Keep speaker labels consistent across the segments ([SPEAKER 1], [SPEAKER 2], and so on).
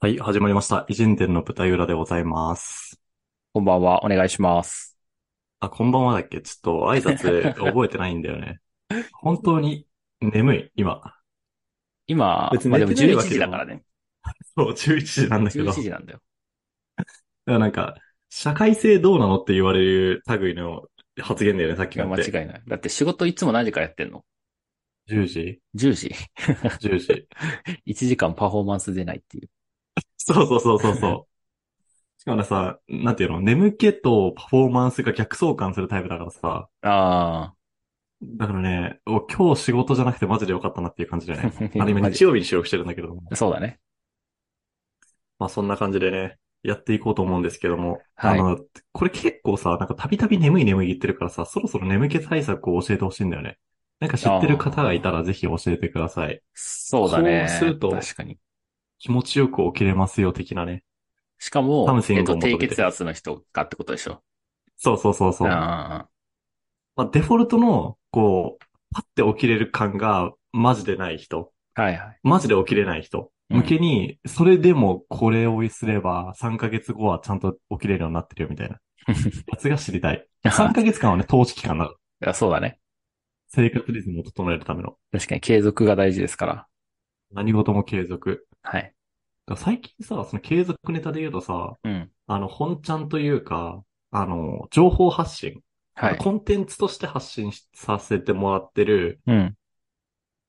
[SPEAKER 1] はい、始まりました。偉人伝の舞台裏でございます。
[SPEAKER 2] こんばんは、お願いします。
[SPEAKER 1] あ、こんばんはだっけちょっと挨拶覚えてないんだよ ね。本当に眠い、今。
[SPEAKER 2] 今、別にまあでも11時だからね。
[SPEAKER 1] そう、11時なんだけど。11
[SPEAKER 2] 時なんだよ。
[SPEAKER 1] だからなんか、社会性どうなのって言われる類の発言だよね、さっきの
[SPEAKER 2] 間違いない。だって仕事いつも何時からやってんの
[SPEAKER 1] ?10 時
[SPEAKER 2] ?10 時。
[SPEAKER 1] 10時。
[SPEAKER 2] 1時間パフォーマンス出ないっていう。
[SPEAKER 1] そうそうそうそうそう。しかもさ、なんていうの、眠気とパフォーマンスが逆相関するタイプだからさ。
[SPEAKER 2] ああ。
[SPEAKER 1] だからね、今日仕事じゃなくてマジでよかったなっていう感じだよね。 あれ今日曜日に収録してるんだけども。
[SPEAKER 2] そうだね。
[SPEAKER 1] まあそんな感じでね、やっていこうと思うんですけども。はい。あの、これ結構さ、なんかたびたび眠い眠い言ってるからさ、そろそろ眠気対策を教えてほしいんだよね。なんか知ってる方がいたらぜひ教えてください。
[SPEAKER 2] そうだね。
[SPEAKER 1] そうすると、
[SPEAKER 2] 確かに。
[SPEAKER 1] 気持ちよく起きれますよ、的なね。
[SPEAKER 2] しかも、えっと、低血圧の人かってことでしょ。
[SPEAKER 1] そうそうそうそう。まあ、デフォルトの、こう、パッて起きれる感が、マジでない人。
[SPEAKER 2] はいはい。
[SPEAKER 1] マジで起きれない人。向けに、それでもこれをすれば、3ヶ月後はちゃんと起きれるようになってるよ、みた いな。やつが知りたい。3ヶ 月間は ね、投資期間だ。
[SPEAKER 2] いや、そうだね。
[SPEAKER 1] 生活リズムを整えるための。
[SPEAKER 2] 確かに継続が大事ですから。
[SPEAKER 1] 何事も継続。
[SPEAKER 2] はい。
[SPEAKER 1] 最近さ、その継続ネタで言うとさ、
[SPEAKER 2] うん、
[SPEAKER 1] あの、本ちゃんというか、あの、情報発信。
[SPEAKER 2] はい。
[SPEAKER 1] コンテンツとして発信させてもらってる、
[SPEAKER 2] うん。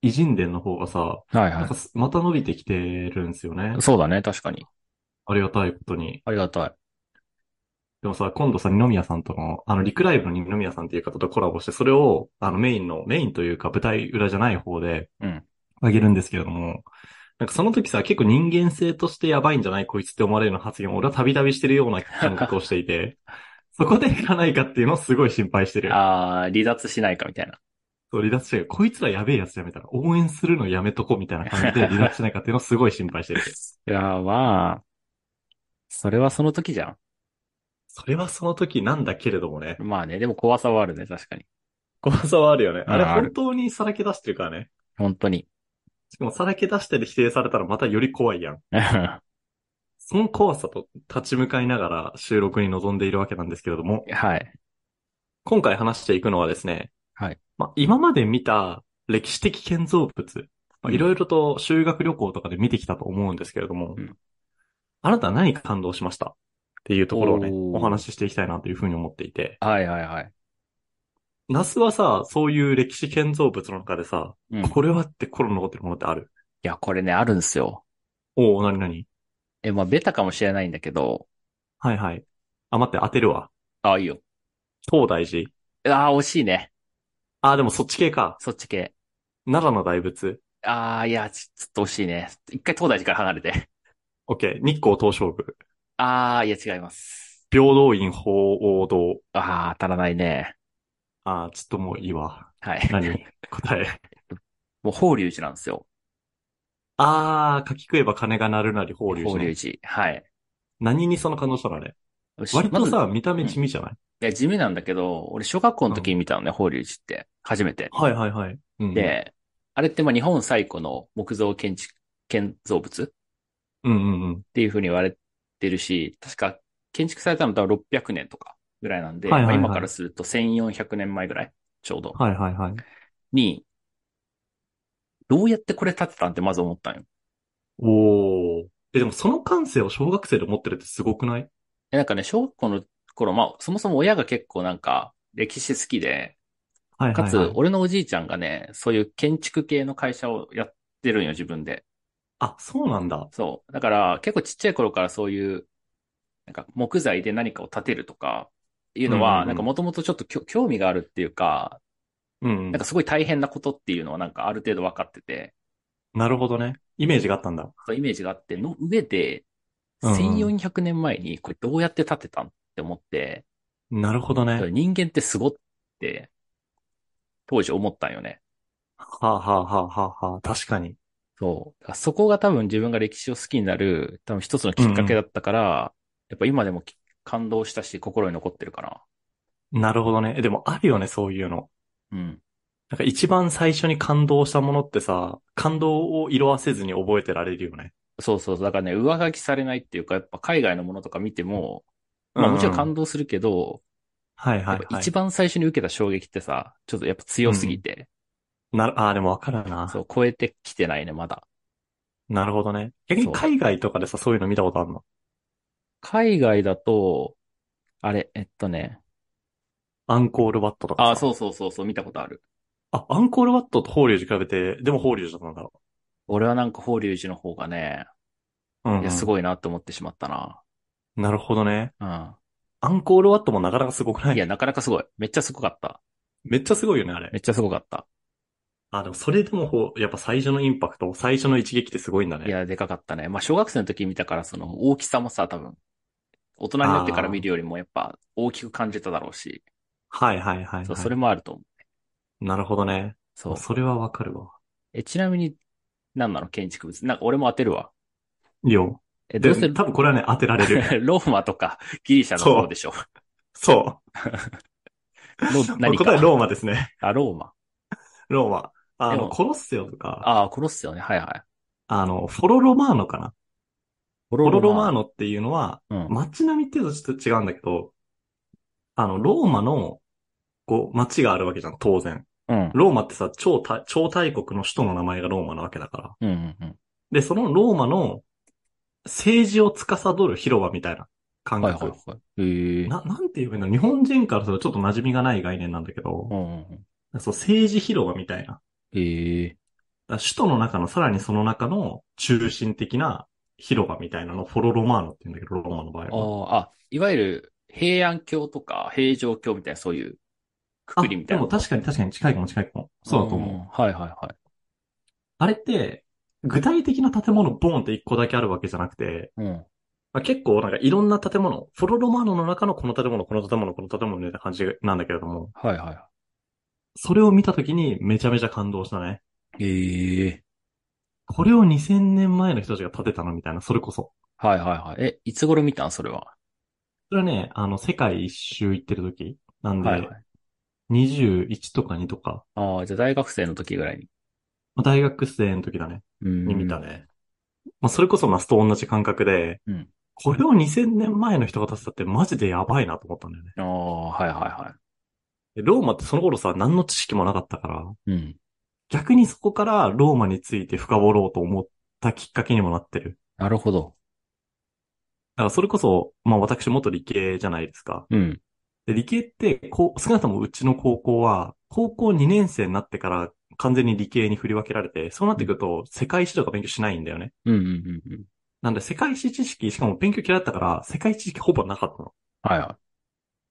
[SPEAKER 1] 偉人伝の方がさ、はい
[SPEAKER 2] はい。なん
[SPEAKER 1] かまた伸びてきてるんですよね。
[SPEAKER 2] そうだね、確かに。
[SPEAKER 1] ありがたいことに。
[SPEAKER 2] ありがたい。
[SPEAKER 1] でもさ、今度さ、二宮さんとの、あの、リクライブの二宮さんっていう方とコラボして、それを、あの、メインの、メインというか、舞台裏じゃない方で、
[SPEAKER 2] うん。
[SPEAKER 1] あげるんですけれども、なんかその時さ、結構人間性としてやばいんじゃないこいつって思われるの発言を俺はたびたびしてるよう な感覚をしていて、そこでいかないかっていうのをすごい心配してる。
[SPEAKER 2] ああ、離脱しないかみたいな。
[SPEAKER 1] そう、離脱してる。こいつらやべえやつやめたら、応援するのやめとこみたいな感 じで離脱しないかっていうのをすごい心配してる。
[SPEAKER 2] いやー、まあ、それはその時じゃん。
[SPEAKER 1] それはその時なんだけれどもね。
[SPEAKER 2] まあね、でも怖さはあるね、確かに。
[SPEAKER 1] 怖さはあるよね。あれ本当にさらけ出してるからね。
[SPEAKER 2] 本当に。
[SPEAKER 1] しかもさらけ出してで否定されたらまたより怖いやん。その怖さと立ち向かいながら収録に臨んでいるわけなんですけれども。
[SPEAKER 2] はい。
[SPEAKER 1] 今回話していくのはですね。
[SPEAKER 2] はい。
[SPEAKER 1] まあ、今まで見た歴史的建造物。いろいろと修学旅行とかで見てきたと思うんですけれども。うん、あなたは何か感動しましたっていうところをね、お話ししていきたいなというふうに思っていて。
[SPEAKER 2] はいはいはい。
[SPEAKER 1] ナスはさ、そういう歴史建造物の中でさ、うん、これはって頃残ってるものってある
[SPEAKER 2] いや、これね、あるんですよ。
[SPEAKER 1] おおなになに
[SPEAKER 2] え、まあ、ベタかもしれないんだけど。
[SPEAKER 1] はいはい。あ、待って、当てるわ。
[SPEAKER 2] あ、いいよ。
[SPEAKER 1] 東大寺。
[SPEAKER 2] ああ、惜しいね。
[SPEAKER 1] ああ、でもそっち系か。
[SPEAKER 2] そっち系。
[SPEAKER 1] 奈良の大仏。
[SPEAKER 2] ああ、いや、ちょっと惜しいね。一回東大寺から離れて。
[SPEAKER 1] オッケー、日光東照宮。
[SPEAKER 2] ああ、いや、違います。
[SPEAKER 1] 平等院鳳凰堂。
[SPEAKER 2] ああ、足らないね。
[SPEAKER 1] ああ、ちょっともういいわ。
[SPEAKER 2] はい。
[SPEAKER 1] 何答え。
[SPEAKER 2] もう法隆寺なんですよ。
[SPEAKER 1] ああ、書き食えば金が鳴るなり法隆寺、
[SPEAKER 2] ね、法隆寺。はい。
[SPEAKER 1] 何にその感動したのあれ。割とさ、ま、見た目地味じゃない、うん、い
[SPEAKER 2] や、地味なんだけど、俺小学校の時に見たのね、うん、法隆寺って。初めて。
[SPEAKER 1] はいはいはい。
[SPEAKER 2] うん、で、あれってまあ日本最古の木造建築、建造物
[SPEAKER 1] うんうんうん。って
[SPEAKER 2] いうふうに言われてるし、確か建築されたの多分600年とか。ぐらいなんで、はいはいはい、今からすると1400年前ぐらい、ちょうど。
[SPEAKER 1] はいはいはい。
[SPEAKER 2] に、どうやってこれ建てたんってまず思ったんよ。
[SPEAKER 1] おー。え、でもその感性を小学生で持ってるってすごくない
[SPEAKER 2] え、なんかね、小学校の頃、まあ、そもそも親が結構なんか、歴史好きで、
[SPEAKER 1] はいはいはい、か
[SPEAKER 2] つ、俺のおじいちゃんがね、そういう建築系の会社をやってるんよ、自分で。
[SPEAKER 1] あ、そうなんだ。
[SPEAKER 2] そう。だから、結構ちっちゃい頃からそういう、なんか木材で何かを建てるとか、いうのは、なんかもともとちょっと興味があるっていうか、
[SPEAKER 1] うん、
[SPEAKER 2] なんかすごい大変なことっていうのはなんかある程度分かってて。
[SPEAKER 1] なるほどね。イメージがあったんだ。
[SPEAKER 2] そう、イメージがあって、の上で、1400年前にこれどうやって建てたんって思って。
[SPEAKER 1] うん、なるほどね。
[SPEAKER 2] 人間ってすごって、当時思ったんよね。
[SPEAKER 1] はあ、はあはあはあはあ、確かに。
[SPEAKER 2] そう。そこが多分自分が歴史を好きになる、多分一つのきっかけだったから、うん、やっぱ今でも感動したし、心に残ってるか
[SPEAKER 1] な。なるほどね。でもあるよね、そういうの。
[SPEAKER 2] うん。
[SPEAKER 1] なんか一番最初に感動したものってさ、感動を色あせずに覚えてられるよね。
[SPEAKER 2] そうそうそう。だからね、上書きされないっていうか、やっぱ海外のものとか見ても、まあもちろん感動するけど、
[SPEAKER 1] はいはい、
[SPEAKER 2] や
[SPEAKER 1] は
[SPEAKER 2] っ
[SPEAKER 1] い。
[SPEAKER 2] ぱ一番最初に受けた衝撃ってさ、ちょっとやっぱ強すぎて、
[SPEAKER 1] なる、ああ、でもわかるな。
[SPEAKER 2] そう、超えてきてないね、まだ。
[SPEAKER 1] なるほどね。逆
[SPEAKER 2] そ
[SPEAKER 1] に
[SPEAKER 2] う
[SPEAKER 1] 海外とかでさ、そういうの見たことあるの
[SPEAKER 2] 海外だと、あれ、えっとね。
[SPEAKER 1] アンコールワットとかさ。
[SPEAKER 2] あ、そうそうそう、そう、見たことある。
[SPEAKER 1] あ、アンコールワットと法隆寺比べて、でも法隆寺だったんだ。
[SPEAKER 2] 俺はなんか法隆寺の方がね、
[SPEAKER 1] うん、うん。
[SPEAKER 2] いや、すごいなって思ってしまったな。
[SPEAKER 1] なるほどね。
[SPEAKER 2] うん。
[SPEAKER 1] アンコールワットもなかなかすごくない
[SPEAKER 2] いや、なかなかすごい。めっちゃすごかった。
[SPEAKER 1] めっちゃすごいよね、あれ
[SPEAKER 2] め。っちゃすごかった。
[SPEAKER 1] あ、でもそれでもほう、やっぱ最初のインパクト、最初の一撃ってすごいんだね。
[SPEAKER 2] いや、でかかったね。まあ、小学生の時見たから、その大きさもさ、多分、大人になってから見るよりも、やっぱ、大きく感じただろうし、
[SPEAKER 1] はいはいはい、はい。
[SPEAKER 2] そう、それもあると思う。
[SPEAKER 1] なるほどね。
[SPEAKER 2] そう。
[SPEAKER 1] それはわかるわ。
[SPEAKER 2] え、ちなみに、何なの建築物。なんか、俺も当てるわ。
[SPEAKER 1] いや、
[SPEAKER 2] え、
[SPEAKER 1] で
[SPEAKER 2] どうせ、
[SPEAKER 1] 多分これはね、当てられる。
[SPEAKER 2] ローマとかギリシャの方でしょ。
[SPEAKER 1] そう。
[SPEAKER 2] ロ何か
[SPEAKER 1] 答えローマですね。
[SPEAKER 2] あ、ローマ。
[SPEAKER 1] ローマ。あ
[SPEAKER 2] で
[SPEAKER 1] の、
[SPEAKER 2] も
[SPEAKER 1] コロッセオとか、
[SPEAKER 2] ああ、殺すよね。はいはい。
[SPEAKER 1] あの、フォロロマーノかな。
[SPEAKER 2] ポ
[SPEAKER 1] フォロロマー
[SPEAKER 2] の
[SPEAKER 1] ノっていうのは、
[SPEAKER 2] うん。
[SPEAKER 1] 街並みっていうとちょっと違うんだけど、あの、ローマの、こう、街があるわけじゃん、当然。
[SPEAKER 2] うん。
[SPEAKER 1] ローマってさ、超大、超大国の首都の名前がローマなわけだから。
[SPEAKER 2] うんうんうん。
[SPEAKER 1] で、そのローマの政治を司る広場みたいな感
[SPEAKER 2] はい
[SPEAKER 1] 覚。
[SPEAKER 2] はいはい。へえ。
[SPEAKER 1] な、なんて言えばいいんだろう日本人からするとちょっと馴染みがない概念なんだけど
[SPEAKER 2] う、んうんうん。
[SPEAKER 1] そう、政治広場みたいな。だか
[SPEAKER 2] へえ。
[SPEAKER 1] ら首都の中の、さらにその中の中心的な広場みたいなのをフォロロマーノって言うんだけど、ローマの場
[SPEAKER 2] あ
[SPEAKER 1] 合は。
[SPEAKER 2] あ、あ、いわゆる平安京とか平城京みたいなそういうくくりみたいな。
[SPEAKER 1] でも確かに確かに近いかも近いかも。そうだと思う。
[SPEAKER 2] うん。はいはいは
[SPEAKER 1] あれって、具体的な建物ボーンって一個だけあるわけじゃなくて、
[SPEAKER 2] い。うん。
[SPEAKER 1] まあ、結構なんかいろんな建物、フォロロマーノの中のこの建物、この建物、この建物みたいな感じなんだけれども、
[SPEAKER 2] はいは
[SPEAKER 1] それを見たときにめちゃめちゃ感動したね。
[SPEAKER 2] い。ええ。
[SPEAKER 1] これを2000年前の人たちが建てたのみたいな、それこそ。
[SPEAKER 2] はいはいはい。え、いつ頃見たんそれは。
[SPEAKER 1] それはね、あの、世界一周行ってる時なん
[SPEAKER 2] はい
[SPEAKER 1] で
[SPEAKER 2] は、い。
[SPEAKER 1] 21とか2とか、
[SPEAKER 2] ああ、じゃあ大学生の時ぐらいに。
[SPEAKER 1] まあ大学生の時だね、
[SPEAKER 2] うん
[SPEAKER 1] に見た。ね。まあ、それこそナスと同じ感覚で、
[SPEAKER 2] うん
[SPEAKER 1] これを2000年前の人が建てたってマジでやばいなと思ったんだよね。
[SPEAKER 2] ああ、はいは
[SPEAKER 1] でローマってその頃さ、何の知識もなかったから、
[SPEAKER 2] いはい。うん。
[SPEAKER 1] 逆にそこからローマについて深掘ろうと思ったきっかけにもなってる。
[SPEAKER 2] なるほど。
[SPEAKER 1] だからそれこそ、まあ私元理系じゃないですか。
[SPEAKER 2] うん。
[SPEAKER 1] で、理系って、こう、少なくともうちの高校は、高校2年生になってから完全に理系に振り分けられて、そうなってくると世界史とか勉強しないんだよね。
[SPEAKER 2] うんうんうんうん。
[SPEAKER 1] なんで世界史知識、しかも勉強嫌いだったから、世界知識ほぼなかったの。
[SPEAKER 2] はいは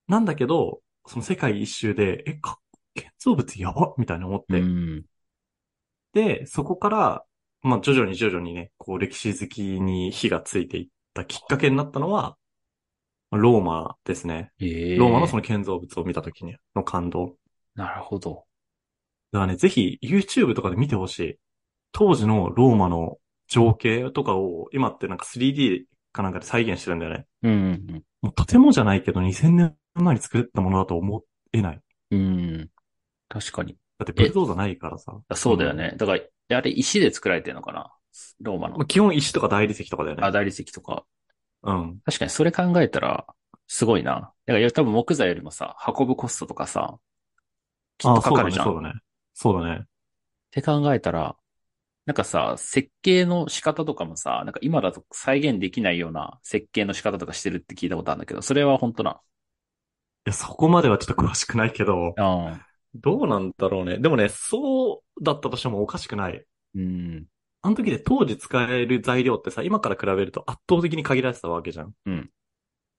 [SPEAKER 1] なんだけど、その世界一周で、え、か建造物やばみたいな思っ
[SPEAKER 2] い。
[SPEAKER 1] て。
[SPEAKER 2] うん。
[SPEAKER 1] で、そこから、まあ徐々に徐々にね、こう歴史好きに火がついていったきっかけになったのは、ローマですね。
[SPEAKER 2] ええ。
[SPEAKER 1] ローマのその建造物を見た時にの感動。
[SPEAKER 2] なるほど。
[SPEAKER 1] だからね、ぜひ YouTube とかで見てほしい。当時のローマの情景とかを今ってなんか 3D かなんかで再現してるんだよね。
[SPEAKER 2] うんうん
[SPEAKER 1] もうとてもじゃないけど2000年前に作ったものだと思えない。
[SPEAKER 2] うん。うん。確かに。
[SPEAKER 1] だってブルドーザーないからさ。
[SPEAKER 2] そうだよね。だから、あれ石で作られてるのかなローマ
[SPEAKER 1] まあ
[SPEAKER 2] の。
[SPEAKER 1] 基本石とか大理石とかだよ
[SPEAKER 2] あ、
[SPEAKER 1] ね。
[SPEAKER 2] 大理石とか。
[SPEAKER 1] うん。
[SPEAKER 2] 確かにそれ考えたら、すごいな。だから多分木材よりもさ、運ぶコストとかさ、きっ
[SPEAKER 1] あ
[SPEAKER 2] と
[SPEAKER 1] あ、
[SPEAKER 2] か
[SPEAKER 1] そう
[SPEAKER 2] か
[SPEAKER 1] だ
[SPEAKER 2] る
[SPEAKER 1] ね、
[SPEAKER 2] じゃん。
[SPEAKER 1] そうだね。そうだね。
[SPEAKER 2] って考えたら、なんかさ、設計の仕方とかもさ、なんか今だと再現できないような設計の仕方とかしてるって聞いたことあるんだけど、それは本当な。
[SPEAKER 1] いや、そこまではちょっと詳しくないけど、
[SPEAKER 2] うん。
[SPEAKER 1] どうなんだろうね。でもね、そうだったとしてもおかしくない。
[SPEAKER 2] うん。
[SPEAKER 1] あの時で当時使える材料ってさ、今から比べると圧倒的に限られてたわけじゃん。
[SPEAKER 2] うん。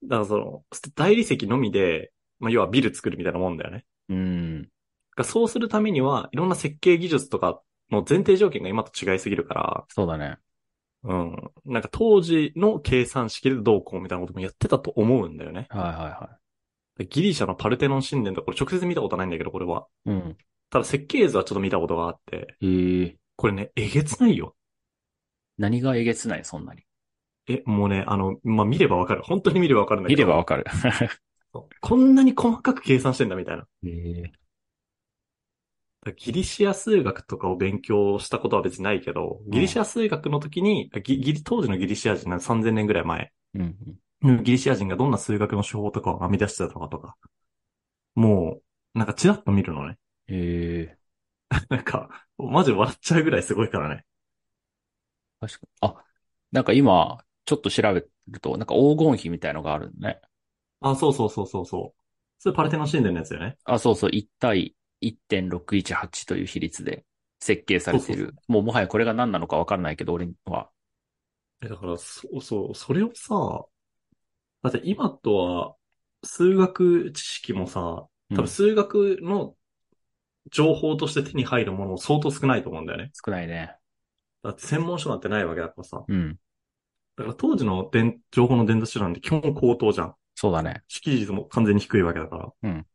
[SPEAKER 1] だからその、大理石のみで、まあ、要はビル作るみたいなもんだよね。
[SPEAKER 2] うん。
[SPEAKER 1] だからそうするためには、いろんな設計技術とかの前提条件が今と違いすぎるから、
[SPEAKER 2] そうだね。
[SPEAKER 1] うん。なんか当時の計算式でどうこうみたいなこともやってたと思うんだよね。
[SPEAKER 2] はいは
[SPEAKER 1] ギリシャのパルテノン神殿とか、これ直接見たことないんだけど、これは。
[SPEAKER 2] いはい。うん。
[SPEAKER 1] ただ設計図はちょっと見たことがあって、
[SPEAKER 2] ええ
[SPEAKER 1] これね、えげつないよ。
[SPEAKER 2] 何がえげつない、そんなに。
[SPEAKER 1] え、もうね、あの、まあ、見ればわかる。本当に見ればわかるんだけ
[SPEAKER 2] 見
[SPEAKER 1] ど。
[SPEAKER 2] ればわ かる。
[SPEAKER 1] そうこんなに細かく計算してんだみたいな。
[SPEAKER 2] ええ
[SPEAKER 1] だからギリシア数学とかを勉強したことは別にないけど、ギリシア数学の時に、ギギリ、当時のギリシア人なん3000年ぐらい前、
[SPEAKER 2] うんうん。
[SPEAKER 1] ギリシア人がどんな数学の手法とかを編み出してたのかとか、もう、なんかチラッと見るのね。
[SPEAKER 2] ええ
[SPEAKER 1] なんか、マジ笑っちゃうぐらいすごいからね。
[SPEAKER 2] 確かに。あ、なんか今、ちょっと調べると、なんか黄金比みたいのがあるね。
[SPEAKER 1] あ、そうそうそうそうそう。それパルテノ神殿のやつよね。
[SPEAKER 2] あ、そうそう、1対1.618という比率で設計されてい
[SPEAKER 1] そう
[SPEAKER 2] る。もうもはやこれが何なのかわからないけど、俺は。
[SPEAKER 1] え、だから、そうそう、それをさ、だって今とは、数学知識もさ、
[SPEAKER 2] うん
[SPEAKER 1] 多分数学の情報として手に入るもの相当少ないと思うんだよね。
[SPEAKER 2] 少ないね。
[SPEAKER 1] だって専門書なんてないわけだからさ。
[SPEAKER 2] うん。
[SPEAKER 1] だから当時の伝情報の伝達手段って基本高等じゃん。
[SPEAKER 2] そうだね。
[SPEAKER 1] 識率も完全に低いわけだから。
[SPEAKER 2] うん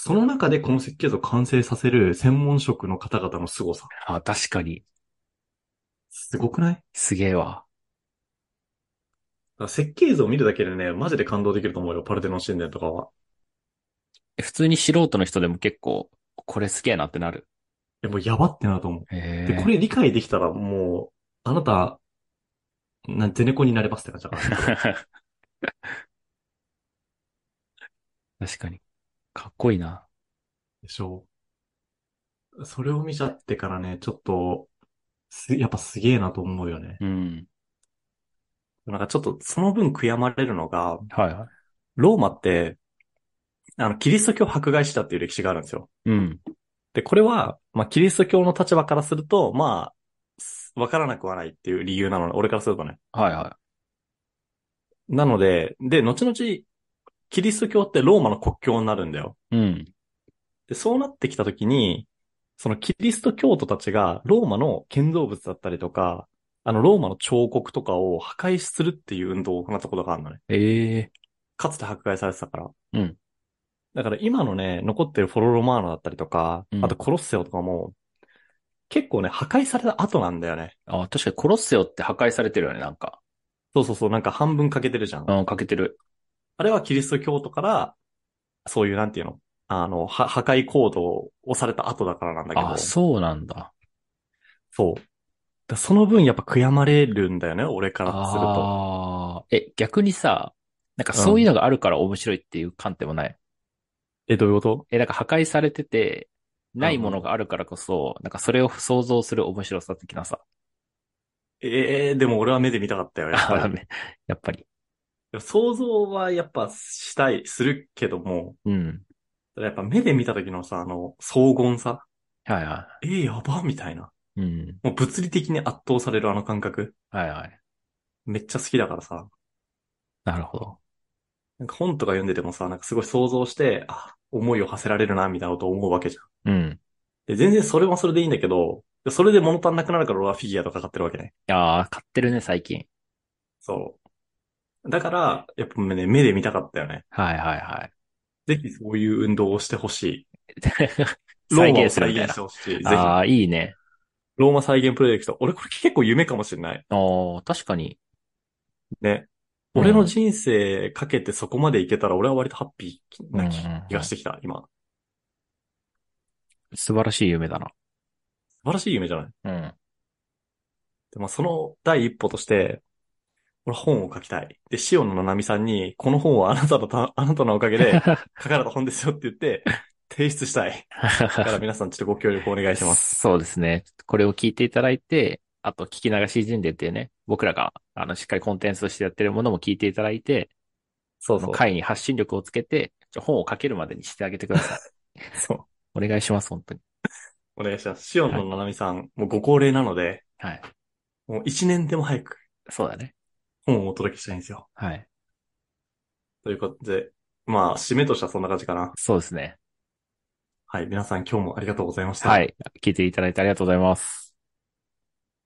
[SPEAKER 1] その中でこの設計図を完成させる専門職の方々の凄さ。
[SPEAKER 2] あ、確かに。
[SPEAKER 1] すごくないだか
[SPEAKER 2] すげえわ。
[SPEAKER 1] ら設計図を見るだけでね、マジで感動できると思うよ。パルテノン神殿とかは。
[SPEAKER 2] え普通に素人の人でも結構、これすげえなってなる。
[SPEAKER 1] いやもうやばってなると思う。
[SPEAKER 2] へ
[SPEAKER 1] で、これ理解できたらもう、あなた、なん、ゼネコンになれますって感じだから。
[SPEAKER 2] 確かに。かっこいいな。
[SPEAKER 1] でしょう。それを見ちゃってからね、ちょっと、す、やっぱすげえなと思うよね。
[SPEAKER 2] うん。
[SPEAKER 1] なんかちょっと、その分悔やまれるのが、
[SPEAKER 2] はいはい。
[SPEAKER 1] ローマって、あの、キリスト教を迫害したっていう歴史があるんですよ。
[SPEAKER 2] うん。
[SPEAKER 1] で、これは、まあ、キリスト教の立場からすると、まあす、わからなくはないっていう理由なのね、俺からするとね。
[SPEAKER 2] はいは
[SPEAKER 1] なので、で、後々、キリスト教ってローマの国教になるんだよ。
[SPEAKER 2] い。うん。
[SPEAKER 1] で、そうなってきたときに、そのキリスト教徒たちがローマの建造物だったりとか、あの、ローマの彫刻とかを破壊するっていう運動を行ったことがあるのね。
[SPEAKER 2] ええ
[SPEAKER 1] かつて迫害されてたから。
[SPEAKER 2] うん。
[SPEAKER 1] だから今のね、残ってるフォロロマーノだったりとか
[SPEAKER 2] う、ん
[SPEAKER 1] あとコロッセオとかも、結構ね、破壊された後なんだよね。
[SPEAKER 2] あ、確かにコロッセオって破壊されてるよね、なんか。
[SPEAKER 1] そうそうそう、なんか半分欠けてるじゃん。
[SPEAKER 2] うん、かけてる。
[SPEAKER 1] あれはキリスト教徒から、そういうなんていうのあの、は破壊行動をされた後だからなんだけど。
[SPEAKER 2] あ、そうなんだ。
[SPEAKER 1] そう。だその分やっぱ悔やまれるんだよね、俺からすると。
[SPEAKER 2] ああ。え、逆にさ、なんかそういうのがあるから面白いっていう観点もない。
[SPEAKER 1] え、どういうこと
[SPEAKER 2] え、なんか破壊されてて、ないものがあるからこそ、なんかそれを想像する面白さ的なさ。
[SPEAKER 1] ええでも俺は目で見たかったよ、やっぱり。
[SPEAKER 2] やっぱり。
[SPEAKER 1] 想像はやっぱしたい、するけども、
[SPEAKER 2] うん。
[SPEAKER 1] ただやっぱ目で見た時のさ、あの、荘厳さ。
[SPEAKER 2] はいは
[SPEAKER 1] えー、やばみたいな。
[SPEAKER 2] い。うん。
[SPEAKER 1] もう物理的に圧倒されるあの感覚。
[SPEAKER 2] はいはい。
[SPEAKER 1] めっちゃ好きだからさ。
[SPEAKER 2] なるほど。
[SPEAKER 1] なんか本とか読んでてもさ、なんかすごい想像して、あ、思いを馳せられるな、みたいなことを思うわけじゃん。
[SPEAKER 2] うん。
[SPEAKER 1] で、全然それもそれでいいんだけど、でそれで物足んなくなるから俺はフィギュアとか買ってるわけね。
[SPEAKER 2] ああ、買ってるね、最近。
[SPEAKER 1] そう。だから、やっぱね、目で見たかったよね。
[SPEAKER 2] はいはいは
[SPEAKER 1] ぜひそういう運動をしてほし い。
[SPEAKER 2] い。
[SPEAKER 1] ロー
[SPEAKER 2] 再
[SPEAKER 1] マを
[SPEAKER 2] 現する
[SPEAKER 1] 再
[SPEAKER 2] みた
[SPEAKER 1] 現
[SPEAKER 2] い
[SPEAKER 1] し
[SPEAKER 2] な
[SPEAKER 1] て。ほしい。ぜひ、
[SPEAKER 2] ああ、いいね。
[SPEAKER 1] ローマ再現プロジェクト。俺これ結構夢かもしれない。
[SPEAKER 2] ああ、確かに。
[SPEAKER 1] ね。
[SPEAKER 2] うん
[SPEAKER 1] 俺の人生かけてそこまでいけたら俺は割とハッピーな気
[SPEAKER 2] うんうんうん
[SPEAKER 1] 気がしてきた、今。
[SPEAKER 2] 素晴らしい夢だな。
[SPEAKER 1] 素晴らしい夢じゃない
[SPEAKER 2] うん。
[SPEAKER 1] で、まあ、その第一歩として、俺は本を書きたい。で、塩野七海さんに、この本はあなたのた、 あなたのおかげ で書かれた本ですよって言って、提出したい。だから皆さんちょっとご協力お願いします。
[SPEAKER 2] そうですね。これを聞いていただいて、あと聞き流し人でっていうね、僕らが、あの、しっかりコンテンツとしてやってるものも聞いていただいて、
[SPEAKER 1] そう そ
[SPEAKER 2] そ
[SPEAKER 1] う
[SPEAKER 2] の。会に発信力をつけて、ちょ本を書けるまでにしてあげてください。
[SPEAKER 1] そう。
[SPEAKER 2] お願いします、本当に。
[SPEAKER 1] お願いします。塩野七海さん、もうご高齢なので、
[SPEAKER 2] はい。
[SPEAKER 1] もう一年でも早く
[SPEAKER 2] そうだね。
[SPEAKER 1] 本をお届けしたいんですよ。
[SPEAKER 2] はい。
[SPEAKER 1] ということで、まあ、締めとしてはそんな感じかな。
[SPEAKER 2] そうですね。
[SPEAKER 1] はい。皆さん今日もありがとうございました。
[SPEAKER 2] はい。聞いていただいてありがとうございます。